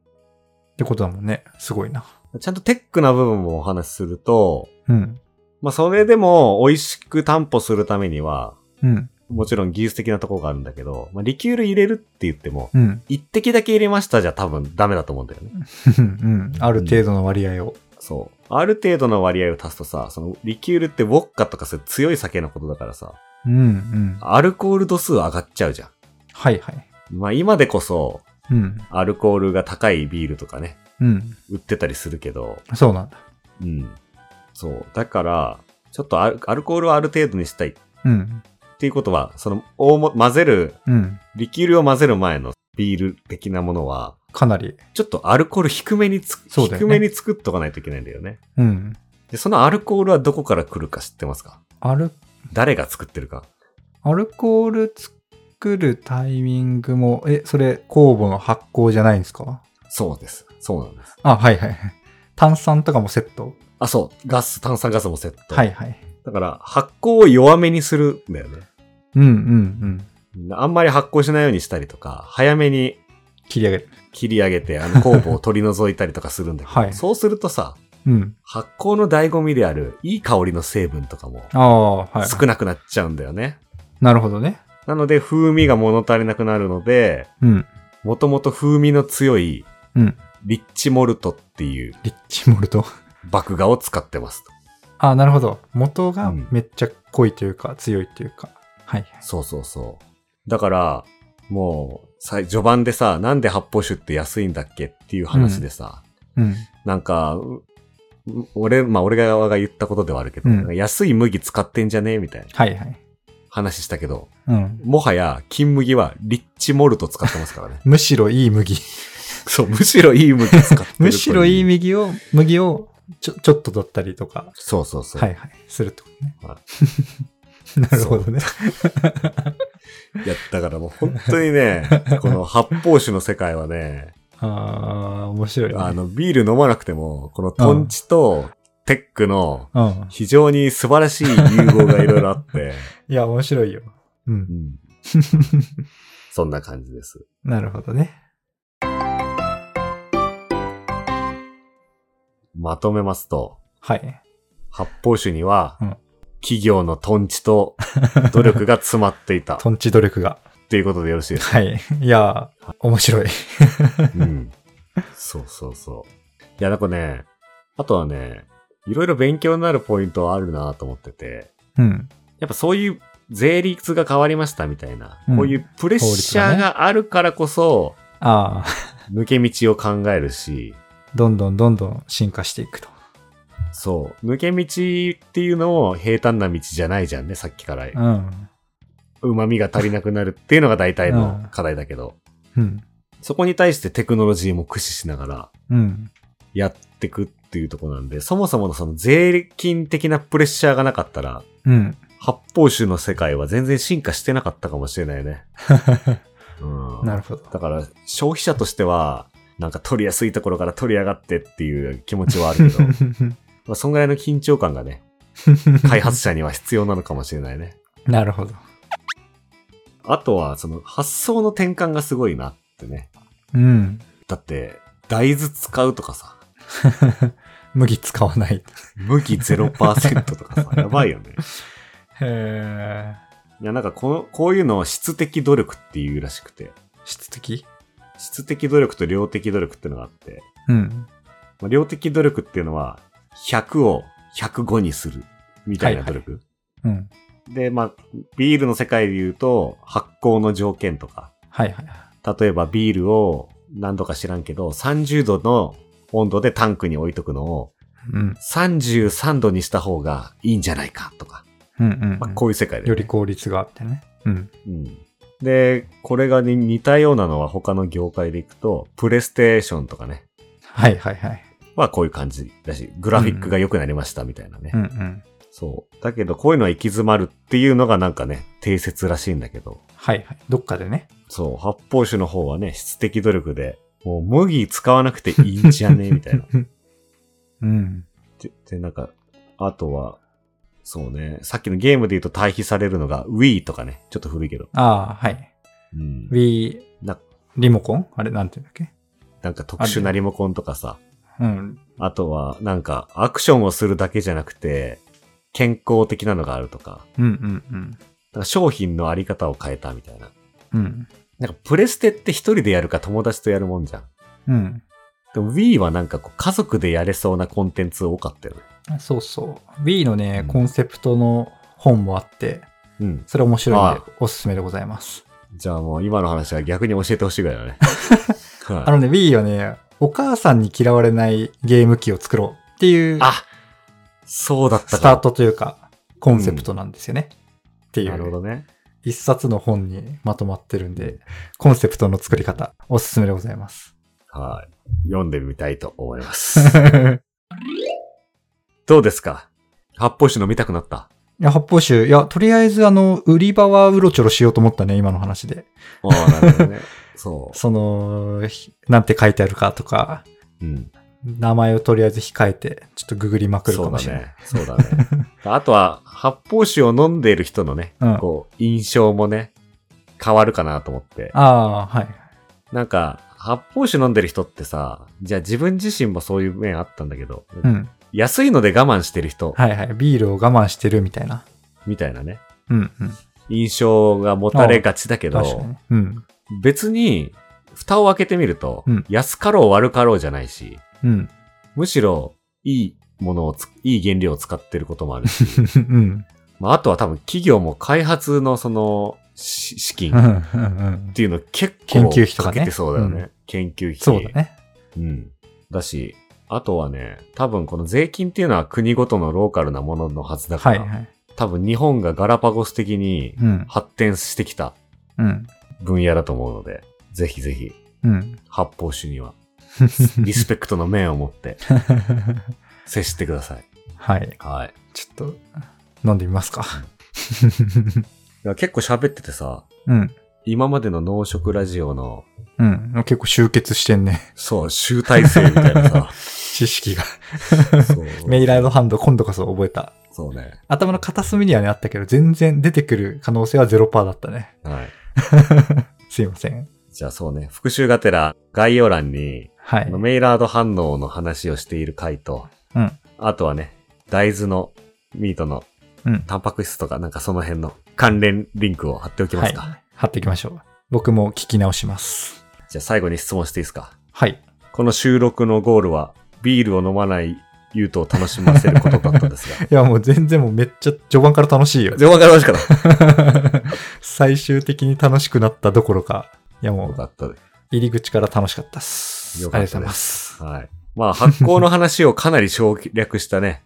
Speaker 2: ってことだもんね。すごいな。
Speaker 1: ちゃんとテックな部分もお話しすると、
Speaker 2: うん。
Speaker 1: まあそれでも美味しく担保するためには、
Speaker 2: うん。
Speaker 1: もちろん技術的なところがあるんだけど、まあ、リキュール入れるって言っても、
Speaker 2: うん。
Speaker 1: 一滴だけ入れましたじゃ多分ダメだと思うんだよね。
Speaker 2: うん。ある程度の割合を。
Speaker 1: そう。ある程度の割合を足すとさ、そのリキュールってウォッカとかそういう強い酒のことだからさ、
Speaker 2: うん。うん。
Speaker 1: アルコール度数上がっちゃうじゃん。
Speaker 2: はいはい。
Speaker 1: まあ今でこそ、
Speaker 2: うん。
Speaker 1: アルコールが高いビールとかね、
Speaker 2: うん。
Speaker 1: 売ってたりするけど、
Speaker 2: そうなんだ。
Speaker 1: うん。そう。だから、ちょっとアルアルコールはある程度にしたい
Speaker 2: うん。
Speaker 1: っていうことは、その、大も、混ぜる、
Speaker 2: うん。
Speaker 1: リキュールを混ぜる前のビール的なものは、
Speaker 2: かなり。
Speaker 1: ちょっとアルコール低めにつ、
Speaker 2: そうだよ
Speaker 1: 低
Speaker 2: ね
Speaker 1: めに作っとかないといけないんだよね。
Speaker 2: うん。
Speaker 1: で、そのアルコールはどこから来るか知ってますか
Speaker 2: アル、
Speaker 1: 誰が作ってるか。
Speaker 2: アルコール作るタイミングも、え、それ、酵母の発酵じゃないんですか
Speaker 1: そうです。そうなんです。
Speaker 2: あ、はいはい。炭酸とかもセット。
Speaker 1: あ、そう。ガス、炭酸ガスもセット。
Speaker 2: はいはい。
Speaker 1: だから、発酵を弱めにするんだよね。
Speaker 2: うんうん
Speaker 1: あんまり発酵しないようにしたりとか、早めに
Speaker 2: 切り上げる。
Speaker 1: 切り上げて、あの酵母を取り除いたりとかするんだけど、
Speaker 2: はい
Speaker 1: そうするとさ、
Speaker 2: うん。
Speaker 1: 発酵の醍醐味であるいい香りの成分とかも
Speaker 2: ああ、はい。
Speaker 1: 少なくなっちゃうんだよね。
Speaker 2: なるほどね。
Speaker 1: なので風味が物足りなくなるので、
Speaker 2: うん。
Speaker 1: もともと風味の強い
Speaker 2: うん。
Speaker 1: リッチモルトっていう
Speaker 2: リッチモルト。
Speaker 1: 麦芽を使ってますと。
Speaker 2: ああ、なるほど。元
Speaker 1: う
Speaker 2: が
Speaker 1: ん
Speaker 2: めっちゃ濃いというか、強いというか。はい。
Speaker 1: そうそうそう。だから、もう、さ序盤でさ、なんで発泡酒って安いんだっけっていう話でさ、
Speaker 2: うん。
Speaker 1: なんか、うう俺、まあ俺側が言ったことではあるけど、
Speaker 2: うん
Speaker 1: なんか安い麦使ってんじゃねみたいな
Speaker 2: はいはい。
Speaker 1: 話したけど、
Speaker 2: うん。。
Speaker 1: もはや金麦はリッチモルト使ってますからね
Speaker 2: むしろいい麦。
Speaker 1: そう、むしろいい麦使ってる。
Speaker 2: むしろいい。麦を、麦をちょ、ちょっと取ったりとか、
Speaker 1: そうそうそう。
Speaker 2: はいはい、するってことね
Speaker 1: は。
Speaker 2: なるほどね。
Speaker 1: いや、だからもう本当に ね、この発泡酒の世界はね、
Speaker 2: ああ、面白い、ね。
Speaker 1: あの、ビール飲まなくても、このトンチとテックの
Speaker 2: うん。
Speaker 1: 非常に素晴らしい融合がいろいろあって、
Speaker 2: いや、面白いよ。う。
Speaker 1: うんんそんな感じです。
Speaker 2: なるほどね。
Speaker 1: まとめますと、
Speaker 2: はい。
Speaker 1: 発泡酒には
Speaker 2: うん、
Speaker 1: 企業のトンチ と努力が詰まっていた。
Speaker 2: トンチ努力が。
Speaker 1: ということでよろしい ですか
Speaker 2: はい。いやー、面白い。
Speaker 1: うん。そうそうそう。いや、なんかね、あとはね、いろいろ勉強になるポイントはあるなと思ってて、
Speaker 2: うん。
Speaker 1: やっぱそういう税率が変わりましたみたいな、
Speaker 2: うん
Speaker 1: こういうプレッシャーがあるからこそ、
Speaker 2: ああ、
Speaker 1: 抜け道を考えるし、
Speaker 2: どんどんどんどん進化していくと。
Speaker 1: そう、抜け道っていうのも平坦な道じゃないじゃんね、さっきから。
Speaker 2: うん。
Speaker 1: 旨味が足りなくなるっていうのが大体
Speaker 2: うん
Speaker 1: の課題だけど、
Speaker 2: うん。
Speaker 1: そこに対してテクノロジーも駆使しながら、
Speaker 2: うん。
Speaker 1: やってくっていうところなんで、そもそものその税金的なプレッシャーがなかったら、
Speaker 2: うん。
Speaker 1: 発泡酒の世界は全然進化してなかったかもしれない ね。うん、
Speaker 2: なるほど。
Speaker 1: だから消費者としては、なんか取りやすいところから取りやがってっていう気持ちはあるけど、 まあそんぐらいの緊張感がね、 開発者には必要なのかもしれないね。
Speaker 2: なるほど。
Speaker 1: あとは、その発想の転換がすごいなってね。
Speaker 2: うん。
Speaker 1: だって、大豆使うとかさ、
Speaker 2: 麦使わない。
Speaker 1: 麦0%とかさ、 やばいよね。
Speaker 2: へえ。
Speaker 1: いや、なんかこの、こういうのを質的努力っていうらしくて、
Speaker 2: 質的
Speaker 1: 質的努力と量的努力っていうのがあって、
Speaker 2: うん。
Speaker 1: まあ、量的努力っていうのは、100を105にする、みたいな
Speaker 2: はい
Speaker 1: 努
Speaker 2: はい
Speaker 1: 力。
Speaker 2: うん。
Speaker 1: で、まあ、ビールの世界で言うと、発酵の条件とか、
Speaker 2: はいはい。
Speaker 1: 例えばビールを何度か知らんけど、30度の温度でタンクに置いとくのを、
Speaker 2: うん。
Speaker 1: 33度にした方がいいんじゃないか、とか。
Speaker 2: うんうん、
Speaker 1: まあ、こういう世界で、
Speaker 2: より効率があってね。うん。
Speaker 1: うん。で、これがに似たようなのは他の業界でいくと、プレイステーションとかね、
Speaker 2: はいはいはい。
Speaker 1: はこういう感じだし、グラフィックが良くなりましたみたいなね。
Speaker 2: うんうん。
Speaker 1: そう。だけど、こういうのは行き詰まるっていうのがなんかね、定説らしいんだけど、
Speaker 2: はいはい。どっかでね。
Speaker 1: そう、発泡酒の方はね、質的努力で、もう麦使わなくていいんじゃねみたい な。
Speaker 2: うん。
Speaker 1: で、でなんか、あとは、そうね、さっきのゲームで言うと対比されるのが Wii とかね、ちょっと古いけど。
Speaker 2: ああ、はい。
Speaker 1: うん。
Speaker 2: Wii
Speaker 1: な
Speaker 2: リモコンあれなんていうんだっけ
Speaker 1: なんか特殊なリモコンとかさ、
Speaker 2: うん。
Speaker 1: あとは、なんか、アクションをするだけじゃなくて、健康的なのがあるとか、
Speaker 2: うんうんうん。
Speaker 1: なんか商品のあり方を変えたみたいな。
Speaker 2: うん。
Speaker 1: なんか、プレステって一人でやるか友達とやるもんじゃん。
Speaker 2: うん。
Speaker 1: でも Wii はなんかこう、家族でやれそうなコンテンツ多かったよね。
Speaker 2: そうそう。Wii のね
Speaker 1: う、ん
Speaker 2: コンセプトの本もあって、
Speaker 1: うん。
Speaker 2: それ面白いん
Speaker 1: あ
Speaker 2: で、おすすめでございます。
Speaker 1: じゃあもう今の話は逆に教えてほしいぐらいだ ね。
Speaker 2: あ
Speaker 1: はい
Speaker 2: のね、Wii はね、お母さんに嫌われないゲーム機を作ろうっていう
Speaker 1: あ、そうだったか。
Speaker 2: スタートというか、コンセプトなんですよね。ってい
Speaker 1: なるほ
Speaker 2: う
Speaker 1: どね。
Speaker 2: 一冊の本にまとまってるんで、コンセプトの作り方、おすすめでございます。
Speaker 1: はい。読んでみたいと思います。どうですか発泡酒飲みたくな った。
Speaker 2: いや、発泡酒、いや、とりあえず、あの、売り場はうろちょろしようと思ったね、今の話で。
Speaker 1: ああ、なるほどね。そ
Speaker 2: その、ひなんて書いてあるかとか、
Speaker 1: う。うん。
Speaker 2: 名前をとりあえず控えて、ちょっとググりまくる
Speaker 1: そ
Speaker 2: か
Speaker 1: う
Speaker 2: も
Speaker 1: だ
Speaker 2: しれない。
Speaker 1: ね。そうだね。 あとは、発泡酒を飲んでいる人のね、
Speaker 2: うん
Speaker 1: こう、印象もね、変わるかなと思って。
Speaker 2: ああー、はい。
Speaker 1: なんか、発泡酒飲んでる人ってさ、じゃあ自分自身もそういう面あったんだけど、
Speaker 2: うん。
Speaker 1: 安いので我慢してる人、
Speaker 2: はいはい。ビールを我慢してるみたいな。
Speaker 1: みたいなね、
Speaker 2: うんうん。
Speaker 1: 印象が持たれがちだけ
Speaker 2: 確か
Speaker 1: ど、
Speaker 2: に。うん。
Speaker 1: 別に、蓋を開けてみると、
Speaker 2: うん
Speaker 1: 安かろう悪かろうじゃないし、
Speaker 2: うん。
Speaker 1: むしろ、いいものをつ、いい原料を使ってることもあるし、
Speaker 2: うん。
Speaker 1: まあ、あとは多分企業も開発のその、し資金
Speaker 2: う
Speaker 1: っ
Speaker 2: んうんうん。
Speaker 1: ていうの結構
Speaker 2: 研究費とかね
Speaker 1: けてそうだよね。
Speaker 2: う
Speaker 1: 研究費。
Speaker 2: そうだね。
Speaker 1: うん。だし、あとはね、多分この税金っていうのは国ごとのローカルなもののはずだか
Speaker 2: はい
Speaker 1: ら、
Speaker 2: はい。
Speaker 1: 多分日本がガラパゴス的に
Speaker 2: うん。
Speaker 1: 発展してきた
Speaker 2: うん。
Speaker 1: 分野だと思うので、ぜひぜひ、
Speaker 2: うん。
Speaker 1: 発泡酒に は、リスペクトの面を持って接してください。
Speaker 2: はい。
Speaker 1: はい。
Speaker 2: ちょっと、飲んでみますか。
Speaker 1: いや結構喋っててさ、
Speaker 2: うん。
Speaker 1: 今までの農食ラジオの、
Speaker 2: うん。結構集結してんね。
Speaker 1: そう、集大成みたいな
Speaker 2: 知識が。
Speaker 1: さ、そう
Speaker 2: メイラードハンド、今度こそ覚えた。
Speaker 1: そうね。
Speaker 2: 頭の片隅にはね、あったけど、全然出てくる可能性は0%だったね。
Speaker 1: はい。
Speaker 2: すいません。
Speaker 1: じゃあそうね、復習がてら概要欄に
Speaker 2: はい
Speaker 1: あの。メイラード反応の話をしている回と、
Speaker 2: うん
Speaker 1: あとはね、大豆のミートの
Speaker 2: うん。
Speaker 1: タンパク質とかなんかその辺の関連リンクを貼っておきま
Speaker 2: は
Speaker 1: す
Speaker 2: い
Speaker 1: か。。
Speaker 2: 貼っていきましょう。僕も聞き直します。
Speaker 1: じゃあ最後に質問していいですか。
Speaker 2: はい。
Speaker 1: この収録のゴールはビールを飲まないユートを楽しませることだったんですが。
Speaker 2: いや、もう全然もうめっちゃ序盤から楽 し いよ。
Speaker 1: 序盤から楽しかった。
Speaker 2: 最終的に楽しくなったどころか。いや、も
Speaker 1: よか
Speaker 2: う
Speaker 1: ったで
Speaker 2: 入り口から楽しかったっす。
Speaker 1: よかった
Speaker 2: あ
Speaker 1: で
Speaker 2: りが
Speaker 1: す
Speaker 2: とうござ
Speaker 1: す。は
Speaker 2: います。
Speaker 1: い。まあ発酵の話をかなり省略したね、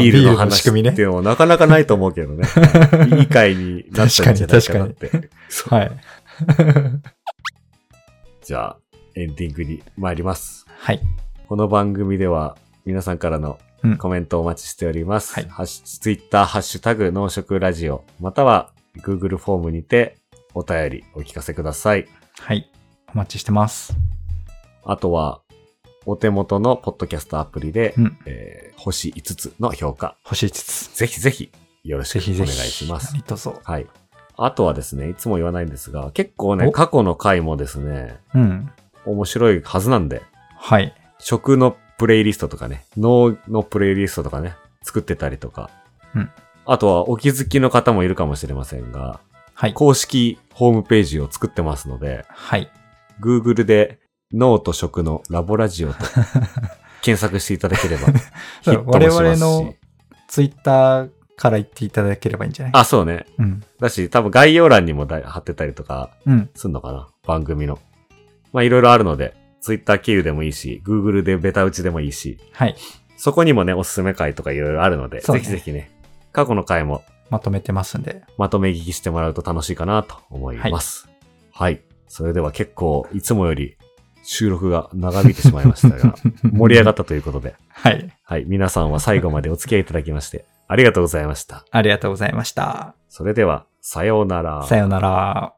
Speaker 1: ビ
Speaker 2: ビ
Speaker 1: ールの
Speaker 2: ールの仕
Speaker 1: 話って
Speaker 2: 組みね
Speaker 1: い。うのもなかなかないと思うけ どね。いい回になったんじゃないかなって。そう
Speaker 2: はい。
Speaker 1: じゃあ、エンディングに参ります。
Speaker 2: はい。
Speaker 1: この番組では、皆さんからの
Speaker 2: うん
Speaker 1: コメントをお待ちしております。
Speaker 2: はい
Speaker 1: ハッシュツイッター、ハッシュタグ、農食ラジオ、または Google フォームにてお便りお聞かせください。
Speaker 2: はい。お待ちしてます。
Speaker 1: あとは、お手元のポッドキャストアプリで、
Speaker 2: うん
Speaker 1: えー星5つの評価、
Speaker 2: 星5つ。
Speaker 1: ぜひぜひよろしく
Speaker 2: ぜ
Speaker 1: お
Speaker 2: ひ
Speaker 1: 願
Speaker 2: ぜ
Speaker 1: い
Speaker 2: ひ。
Speaker 1: します。
Speaker 2: どうぞ。
Speaker 1: はい。あとはですね、いつも言わないんですが、結構ね、
Speaker 2: お
Speaker 1: 過去の回もですね、
Speaker 2: うん。
Speaker 1: 面白いはずなんで、
Speaker 2: はい。
Speaker 1: 食のプレイリストとかね、脳のプレイリストとかね、作ってたりとか。
Speaker 2: うん
Speaker 1: あとはお気づきの方もいるかもしれませんが、
Speaker 2: はい。
Speaker 1: 公式ホームページを作ってますので、
Speaker 2: はい。
Speaker 1: Google で脳と食のラボラジ オと検索していただければヒットもし
Speaker 2: 我
Speaker 1: ますし。
Speaker 2: 々のツイッターから言っていただければいいんじゃない
Speaker 1: あ、そうね。
Speaker 2: うん。
Speaker 1: だし、多分概要欄にもだい貼ってたりとか
Speaker 2: うん。
Speaker 1: すんのかな番組の。まあいろいろあるので、Twitter 経由でもいいし、Google でベタ打ちでもいいし、
Speaker 2: はい。そ
Speaker 1: そこにもね、おすすめ回とかいろいろあるので、
Speaker 2: そう
Speaker 1: ぜ
Speaker 2: ね
Speaker 1: ひぜひね、過去の回も
Speaker 2: まとめてますんで。
Speaker 1: まとめ聞きしてもらうと楽しいかなと思います。はい。それでは結構、いつもより収録が長引いてしまいました が、盛り上が
Speaker 2: っ
Speaker 1: ったということで、
Speaker 2: はい。
Speaker 1: はい。皆さんは最後までお付き合いいただきまして、ありがとうございました。
Speaker 2: ありがとうございました。
Speaker 1: それでは、さようなら。
Speaker 2: さようなら。
Speaker 1: ら。